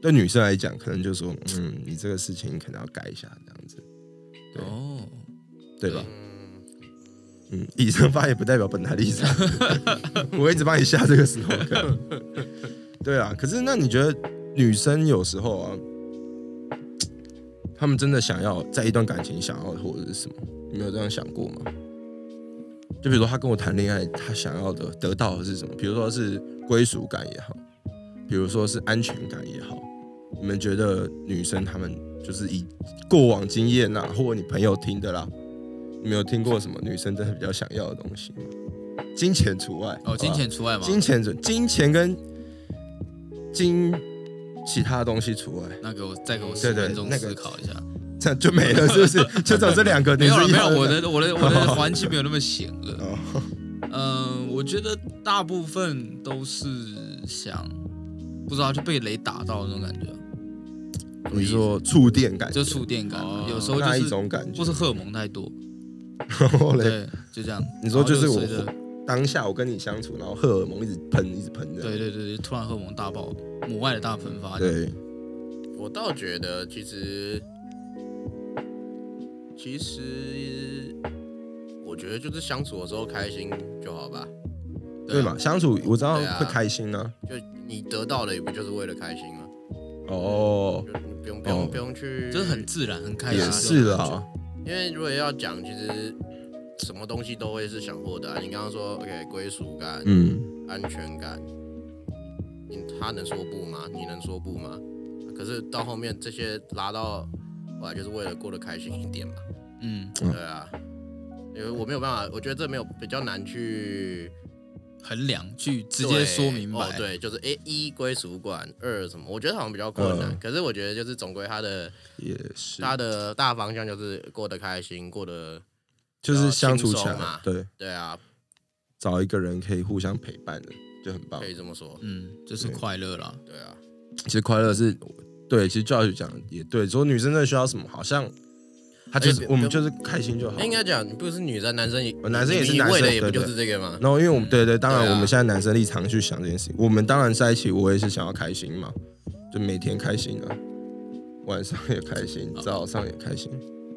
S2: 对女生来讲，可能就说，嗯，你这个事情可能要改一下，这样子，对
S4: 哦，
S2: 对吧？
S3: 嗯，
S2: 嗯，以上发言不代表本台立场， 我一直帮你下这个时候。对啊，可是那你觉得女生有时候啊，她们真的想要在一段感情想要的或者是什么？你没有这样想过吗？就比如说她跟我谈恋爱，她想要的得到的是什么？比如说是归属感也好，比如说是安全感也好。你们觉得女生她们就是以过往经验啊，或者你朋友听的啦，你们有听过什么女生真的比较想要的东西吗？金钱除外
S4: 哦，金、钱除外
S2: 好
S4: 嘛
S2: 吧，金钱除金钱跟金其他东西除外，
S4: 那给我再给我
S2: 嗯对
S4: 十
S2: 对
S4: 分钟
S2: 那个
S4: 思考一下。
S2: 这样就没了，是不是？ 就找这两个，
S4: 没有了，没有，我
S2: 的
S4: 的我的我 的环境没有那么险恶。
S2: 哦，
S4: 嗯，我觉得大部分都是想，不知道就被雷打到的那种感觉，
S2: 你说触电感觉，
S4: 就触电感，
S3: 哦
S4: 有时候就
S2: 哎那一
S4: 是
S2: 种感觉
S4: 或是，荷尔蒙太多，
S2: 后来
S4: 对，就这样。
S2: 你说就是
S4: 然后
S2: 我
S4: 随着
S2: 当下我跟你相处，然后荷尔蒙一直喷，一直喷这
S4: 对
S2: 样，
S4: 对对对，突然荷尔蒙大爆，母爱的大喷发。，
S2: 对，
S3: 我倒觉得其实其实我觉得就是相处的时候开心就好吧，
S2: 对嘛，相处我知道
S3: 对啊
S2: 会开心啊，
S3: 就你得到的也不就是为了开心吗？
S4: 啊
S2: 哦，
S3: 就你不用不
S2: 哦
S3: 用不用去，
S4: 就是很自然，很开心。啊
S2: 也是
S4: 这种
S2: 啊
S4: 感觉
S2: 啦，
S3: 因为如果要讲，其实什么东西都会是想获得、啊。你刚刚说 OK 归属感、
S2: 嗯，
S3: 安全感，你他能说不吗？你能说不吗？可是到后面这些拉到后来，就是为了过得开心一点嘛。
S4: 嗯，
S3: 对啊，因为我没有办法，我觉得这没有比较难去
S4: 衡量去直接说明
S3: 对哦
S4: 白。
S3: 对，就是诶一归属感，二什么，我觉得好像比较困难。
S2: 嗯
S3: 可是我觉得就是总归他的
S2: 也是，
S3: 他的大方向就是过得开心，过得
S2: 就是相处
S3: 轻
S2: 起
S3: 松
S2: 来
S3: 嘛，
S2: 对，
S3: 对啊，
S2: 找一个人可以互相陪伴的，就很棒
S3: 可。以这么说，
S4: 嗯，就是快乐啦。
S3: 对啊。
S2: 其实快乐是，对，其实 Josh 讲的也对，说女生真的需要什么，好像她就
S3: 而
S4: 哎
S2: 是
S3: 且
S2: 我们就是开心就好。
S3: 应该讲，不是女生，男生也，
S2: 呃男生也是
S3: 你
S2: 男生
S3: 为的也不
S2: 对对
S3: 就是这个吗？
S2: 然后因为我们对对，当然
S3: 对啊
S2: 我们现在男生立场去想这件事情，我们当然在一起，我也是想要开心嘛，就每天开心啊，晚上也开心，
S4: 哦
S2: 早上也开心，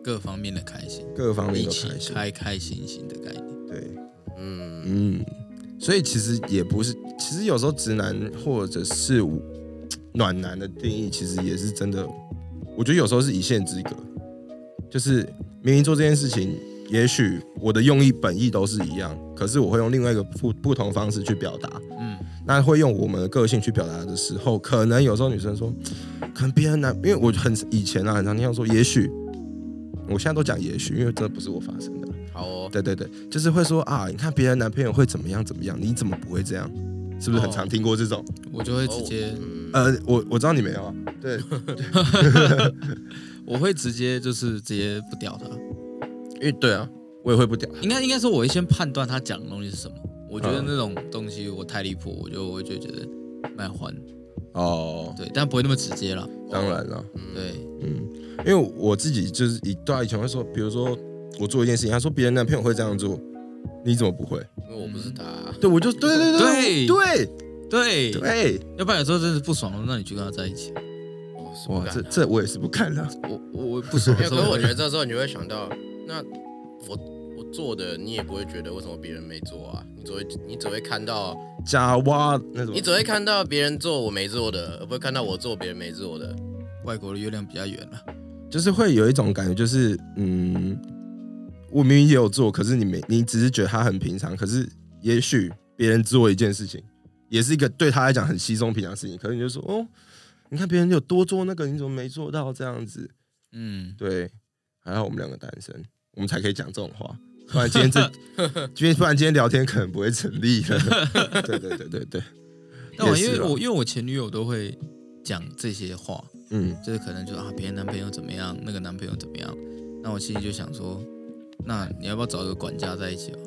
S4: 各方面的开心，
S2: 各方面
S4: 一
S2: 都
S4: 起
S2: 开心。
S4: 开开心心的概念。
S2: 对，
S3: 嗯，
S2: 嗯，所以其实也不是，其实有时候直男或者是我暖男的定义，其实也是真的，我觉得有时候是一线之隔，就是明明做这件事情，也许我的用意本意都是一样，可是我会用另外一个不不同方式去表达，
S4: 嗯，
S2: 那会用我们的个性去表达的时候，可能有时候女生说，可能别人男，因为我很以前啊，很常听到说，也许。我现在都讲也许，因为这不是我发生的。
S3: 好哦，
S2: 对对对，就是会说啊，你看别人男朋友会怎么样怎么样，你怎么不会这样？是不是很
S4: 哦
S2: 常听过这种？
S4: 我就会直接
S3: 嗯
S2: 呃，我我知道你没有啊，对，
S4: 我会直接就是直接不屌他。
S2: 因为对啊，我也会不屌，
S4: 应该应该说，我会先判断他讲的东西是什么。我觉得
S2: 嗯
S4: 那种东西我太离谱，我就我就觉得卖还
S2: 哦，
S4: 对，但不会那么直接啦。
S2: 当然了，
S4: 对，
S2: 嗯，因为我自己就是以对啊，以前会说，比如说我做一件事情，他说别人男朋友会这样做，你怎么不会？
S3: 因为我不是他、
S2: 对，我就对对对对
S4: 对，
S2: 对
S4: 要不然有时候真是不爽了，那你去跟他在一起。
S3: 我是不
S2: 哇，
S3: 敢
S2: 这
S3: 的。
S2: 这我也是不看了，
S4: 我我我不爽
S3: 啊因为可
S4: 的时候
S3: 是
S4: 会，
S3: 我觉得这时候你会想到，那我我做的你也不会觉得为什么别人没做啊，你只会你只会看到
S2: 假蛙那种
S3: 你，只会看到别人做我没做的，而不会看到我做别人没做的。
S4: 外国的月亮比较圆啊了。
S2: 就是会有一种感觉，就是嗯，我明明也有做，可是你没，你只是觉得他很平常，可是也许别人做一件事情，也是一个对他来讲很稀松平常的事情，可是你就说哦，你看别人有多做那个，你怎么没做到这样子？
S4: 嗯，
S2: 对，还好我们两个单身，我们才可以讲这种话。不然今 天这，今天不然今天聊天可能不会成立了。对对对对对，
S4: 但我
S2: 也
S4: 因
S2: 是
S4: 为
S2: 啦
S4: 我因为我前女友都会讲这些话，
S2: 嗯，
S4: 就是可能就啊别人男朋友怎么样，那个男朋友怎么样，那我心里就想说，那你要不要找一个管家在一起哦？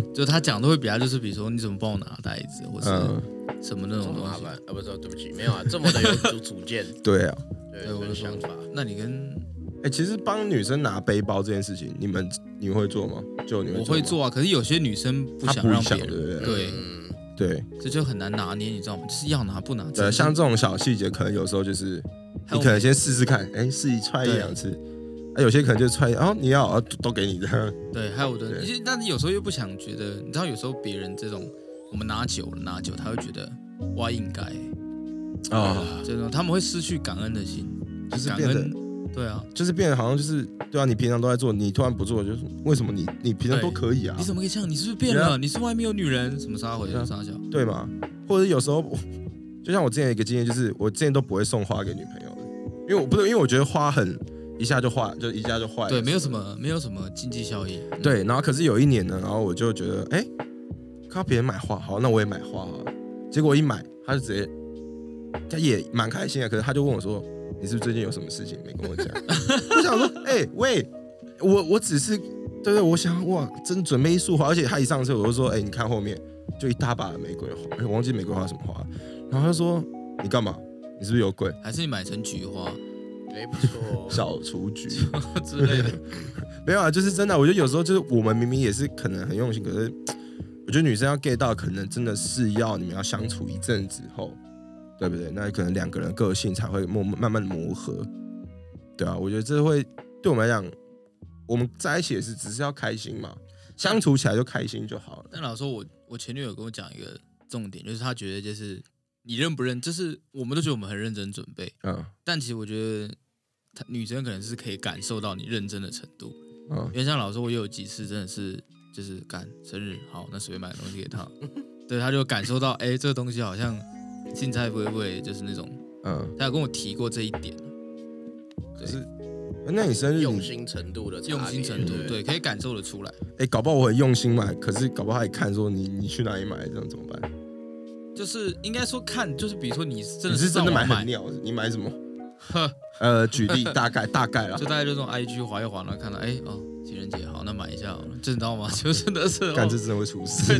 S4: 就他讲的会比较就是比如说你怎么帮我拿袋子或
S2: 嗯
S4: 是什么那
S3: 这
S4: 种
S3: 么
S4: 东
S3: 麻
S4: 西
S3: 烦，啊，不是，对不起，没有啊，这么的有主 主见，
S2: 对啊。
S3: 对，
S4: 对，我就
S3: 跟
S4: 说
S3: 想法。
S4: 那你跟
S2: 哎、其实帮女生拿背包这件事情，你们你会做吗？就你
S4: 我
S2: 会
S4: 会
S2: 做吗，
S4: 做啊，可是有些女生不
S2: 她
S4: 想
S2: 不
S4: 让
S2: 想
S4: 别人，
S2: 对不
S4: 对
S3: 嗯，
S2: 对
S4: 这就很难拿捏，你知道吗？就是要拿不拿，真
S2: 对，啊
S4: 的是
S2: 像这种小细节，可能有时候就是
S4: 还有
S2: 你可能先试试看，哎、试一踹一
S4: 对
S2: 两次，啊，有些可能就踹一，哦，你要啊，都都给你 的，
S4: 对，还有我的，
S2: 对
S4: 其实但是有时候又不想觉得，你知道，有时候别人这种我们拿酒拿酒，他会觉得哇应该
S2: 啊，
S4: 这种，他们会失去感恩的心，
S2: 就是
S4: 感
S2: 变得
S4: 恩，对啊，
S2: 就是变得好像就是对啊，你平常都在做，你突然不做，就是为什么你你平常都
S4: 对
S2: 可以啊
S4: 你，怎么可以这样？你是不是变
S2: 对
S4: 了？你是外面有女人？什么撒回
S2: 对啊
S4: 撒小？
S2: 对吗？或者有时候，就像我之前有一个经验，就是我之前都不会送花给女朋友的，因为我不是因为我觉得花很一下就坏，就一下就坏了，
S4: 对，没有什么，没有什么经济效益。
S2: 对，然后可是有一年呢，然后我就觉得，哎，看到别人买花，好，那我也买花好了。结果我一买，他就直接，他也蛮开心的，可是他就问我说：“你是不是最近有什么事情没跟我讲？” 我想说，哎、喂，我我只是，对对，我想哇，真准备一束花，而且他一上车我就说：“哎、你看后面就一大把的玫瑰花，哎我忘记玫瑰花什么花。”然后他就说：“你干嘛？你是不是有鬼？
S4: 还是你买成菊 花
S3: 哎，不错哦，
S2: 小雏菊。”
S4: 之类的，
S2: 没有啊，就是真的。我觉得有时候就是我们明明也是可能很用心，可是我觉得女生要 get 到，可能真的是要你们要相处一阵子后，对不对？那可能两个人个性才会磨慢慢磨合，对啊。我觉得这会对我们来讲，我们在一起也是只是要开心嘛，相处起来就开心就好了。
S4: 但老实说，我我前女友跟我讲一个重点，就是她觉得就是你认不认，就是我们都觉得我们很认真准备，
S2: 嗯
S4: 但其实我觉得她女生可能是可以感受到你认真的程度。
S2: 嗯
S4: 因为像老师，我也有几次真的是就是干生日，好，那随便买个东西给他， 对，他就感受到，哎、这个东西好像青菜微微，就是那种，
S2: 嗯。
S4: 他有跟我提过这一点，
S2: 可是，那你生日
S3: 用
S2: 你
S3: 心程度的差别
S4: 用心程度，
S3: 对不对，
S4: 对，可以感受得出来，
S2: 哎、搞不好我很用心买，可是搞不好他一看说你你去哪里买，这样怎么办？
S4: 就是应该说看，就是比如说你真
S2: 你
S4: 的
S2: 是真的
S4: 上
S2: 买
S4: 网
S2: 很
S4: 买，
S2: 鸟，你买什么？
S4: 呵，
S2: 呃，举例大概大概啦
S4: 就，大家就这种 IG 划一划，然后看到，哎、哦，情人节好，那买一下好了，这你知道吗？ 就真的是，
S2: 干
S4: 哦
S2: 这真的会出事。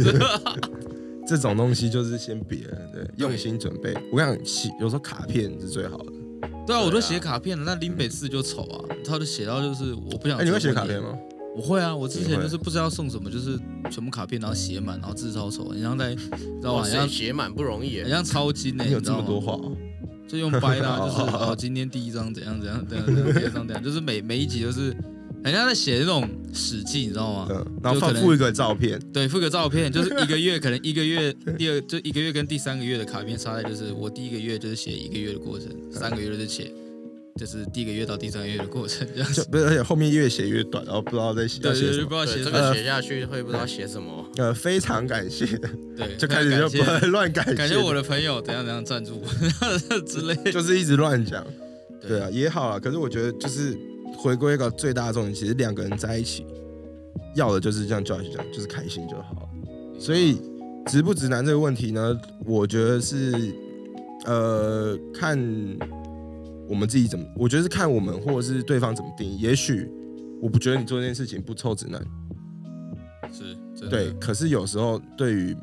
S2: 这种东西就是先别了，对，用心准备。我跟你讲，写有时候卡片是最好的。
S4: 对啊，我都写卡片了，那林北四就丑啊，他就写到就是我不想，
S2: 哎、你会写卡片吗？
S4: 我会啊，我之
S2: 你
S4: 前
S2: 会
S4: 就是不知道送什么，就是全部卡片，然后写满，然后字超丑，很像在，知道吧？
S3: 哇
S4: 很
S3: 塞，
S4: 像
S3: 写满不容易耶，
S4: 很像抄经呢、
S2: 你
S4: 哎你
S2: 有
S4: 知
S2: 这
S4: 道
S2: 么
S4: 吗
S2: 多话、哦？
S4: 就用掰啦，
S2: 哦
S4: 就是哦，今天第一章怎样怎样，怎样怎样，第二章怎样，就是每每一集就是很像在写那种史记，你知道吗？
S2: 嗯，然后
S4: 就
S2: 放
S4: 可能
S2: 附一个照片，
S4: 对，附个照片，就是一个月，可能一个月，第二就一个月跟第三个月的卡片差在就是我第一个月就是写一个月的过程，三个月就是写就是第一个月到第三个月的过程这样
S2: 就
S4: 子。
S2: 不是，而且后面越写越短，然后不知道在写要
S4: 对
S2: 写
S4: 对，
S2: 什
S4: 就不
S2: 么。
S4: 知道写
S3: 对，
S4: 呃
S3: 这
S4: 什
S3: 个
S4: 么，
S3: 写下去会不知道写什么，
S2: 呃，非常感谢，
S4: 对，
S2: 就开始
S4: 感
S2: 就
S4: 谢
S2: 不 乱感谢，
S4: 感谢我的朋友怎 样怎样赞助我 之类的。
S2: 就是一直乱讲。对啊，，也好啊。可是我觉得就是回归一个最大的重点，其实两个人在一起要的就是这样教育讲，就是开心就好了。所以直不直男这个问题呢，我觉得是呃，看我们自己怎么，我觉得是看我们或者是对方怎么定义。也许我不觉得你做这件事情不臭直男，
S4: 是，真的
S2: 对，，可是有时候对于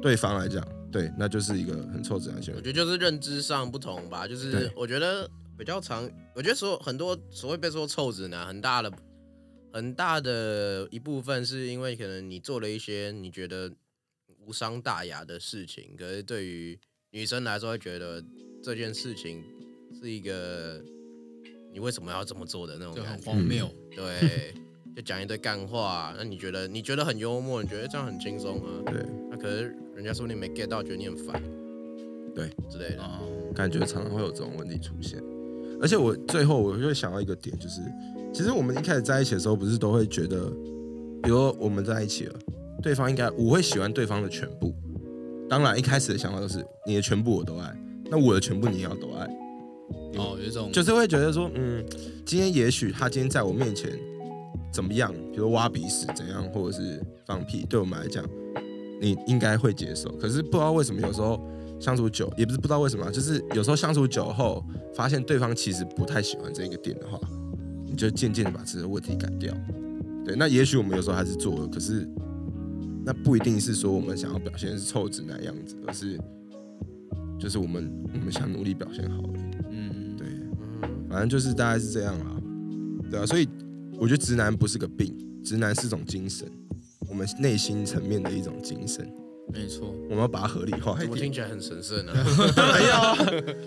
S2: 对方来讲，对，那就是一个很臭直男行
S3: 我
S2: 为。
S3: 觉得就是认知上不同吧，就
S2: 对
S3: 是我觉得比较常，我觉得所有很多所谓被说臭直男，很大的很大的一部分是因为可能你做了一些你觉得无伤大雅的事情，可是对于女生来说会觉得这件事情是一个你为什么要这么做的那种
S4: 就
S3: 感
S4: 很
S3: 觉，
S4: 荒谬。
S3: 对，就讲一堆干话，那你觉得你觉得很幽默，你觉得这样很轻松啊？
S2: 对，
S3: 那可是人家说你没 get 到，觉得你很烦，
S2: 对
S3: 之类的。
S4: 啊，
S2: 感觉常常会有这种问题出现。而且我最后我就想到一个点，就是其实我们一开始在一起的时候，不是都会觉得，比如说我们在一起了，对方应该我会喜欢对方的全部。当然，一开始的想法都是你的全部我都爱，那我的全部你也要都爱，
S4: 哦，有一种
S2: 就是会觉得说，嗯，今天也许他今天在我面前怎么样，比如挖鼻屎怎样，或者是放屁，对我们来讲，你应该会接受。可是不知道为什么，有时候相处久，也不是不知道为什么啊，就是有时候相处久后，发现对方其实不太喜欢这个点的话，你就渐渐的把这个问题改掉。对，那也许我们有时候还是做了，可是那不一定是说我们想要表现是臭直男样子，而是就是我们我们想努力表现好而已。
S4: 嗯，
S2: 对。
S3: 嗯，
S2: 反正就是大概是这样啦，对啊，所以我觉得直男不是个病，直男是种精神，我们内心层面的一种精神，
S4: 没错，
S2: 我们要把它合理化一
S3: 怎么听
S2: 点，
S3: 起来很神圣呢、啊？
S2: 当然要啊，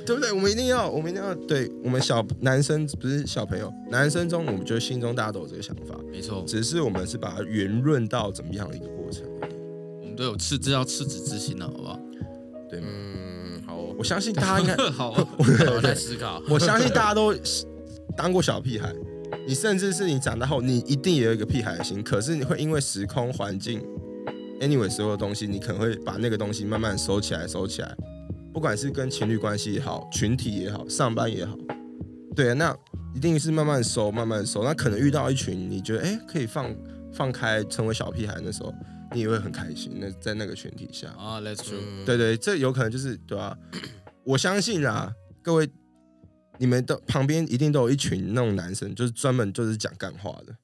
S2: 对不对？我们一定要，我们一定要，对我们小男生不是小朋友，男生中我们觉得心中大家都有这个想法，
S4: 没错，
S2: 只是我们是把它圆润到怎么样的一个过程而已，
S4: 我们都有赤，这叫赤子之心了，啊好不好？
S2: 对吗？
S3: 嗯，好 哦，
S2: 我相信大家应该，
S4: 好啊，
S3: 我在思考。
S2: 我相信大家都当过小屁孩，你甚至是你长大后，你一定也有一个屁孩的心，可是你会因为时空环境，anyway 所有的东西，你可能会把那个东西慢慢收起来，收起来，不管是跟情侣关系也好，群体也好，上班也好，对啊，那一定是慢慢收，慢慢收，那可能遇到一群你觉得哎、诶可以放放开，成为小屁孩的时候，你也会很开心，那在那个群体下，
S4: 啊，Let's go，
S3: 嗯，
S2: 对对，这有可能就是对啊？ 我相信啊，各位，你们都旁边一定都有一群那种男生，就是专门就是讲干话的，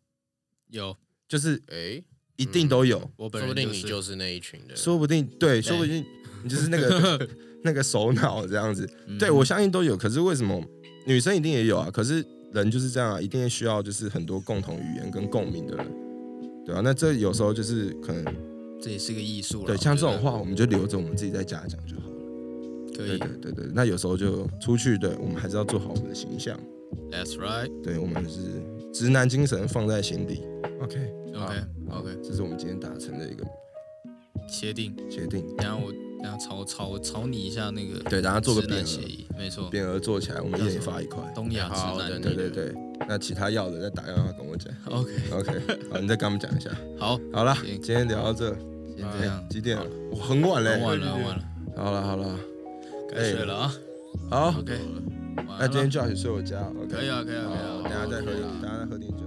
S4: 有
S2: 就是
S3: 哎、
S2: 一定都有，
S4: 我本
S3: 说不
S4: 人
S3: 定你
S4: 就
S3: 就是是那一群的。
S2: 说不定对，说不定你就是那个那个首脑这样子。
S4: 嗯
S2: 对我相信都有，可是为什么女生一定也有啊？可是人就是这样啊，一定需要就是很多共同语言跟共鸣的人。对啊，那这有时候就是可能
S4: 这也是个艺术啦
S2: 对，
S4: 我
S2: 像这
S4: 觉
S2: 种
S4: 得
S2: 话，我们就留着我们自己在家讲就好了。
S4: 可
S2: 对
S4: 以
S2: 对对对，那有时候就出去的，我们还是要做好我们的形象。
S4: ，That's right，OK
S2: 对我们是直男精神放在心底。OK 好
S4: OK，
S2: 这是我们今天达成的一个
S4: 协定，
S2: 协定。
S4: 等一下我等一下吵吵吵你一下那个
S2: 对，然后做个
S4: 直
S2: 匾
S4: 男协
S2: 额，
S4: 议，没错，
S2: 匾额做起来，我们一人发一块。
S4: 东亚
S3: 好
S4: 直
S3: 的
S4: 男
S2: 对对对，那其他要的再打电话跟我讲。
S4: ，OK，
S2: OK，好，你再跟他们讲一下。
S4: 好，
S2: 好了，
S4: 行
S2: 今天聊到这，哎
S4: 先这样，
S2: 几点
S4: 好
S2: 了？我很晚嘞
S4: 很。晚了，很晚了，
S2: 好了好了，
S4: 该睡了啊
S2: 好，
S4: ，OK，晚
S2: 那
S4: 安
S2: 今
S4: 了
S2: 天就要去睡我家。OK，
S4: 可以啊，可以啊，可以啊
S2: 好，等一下再喝
S4: 可以啊
S2: 点，等一下再喝点酒。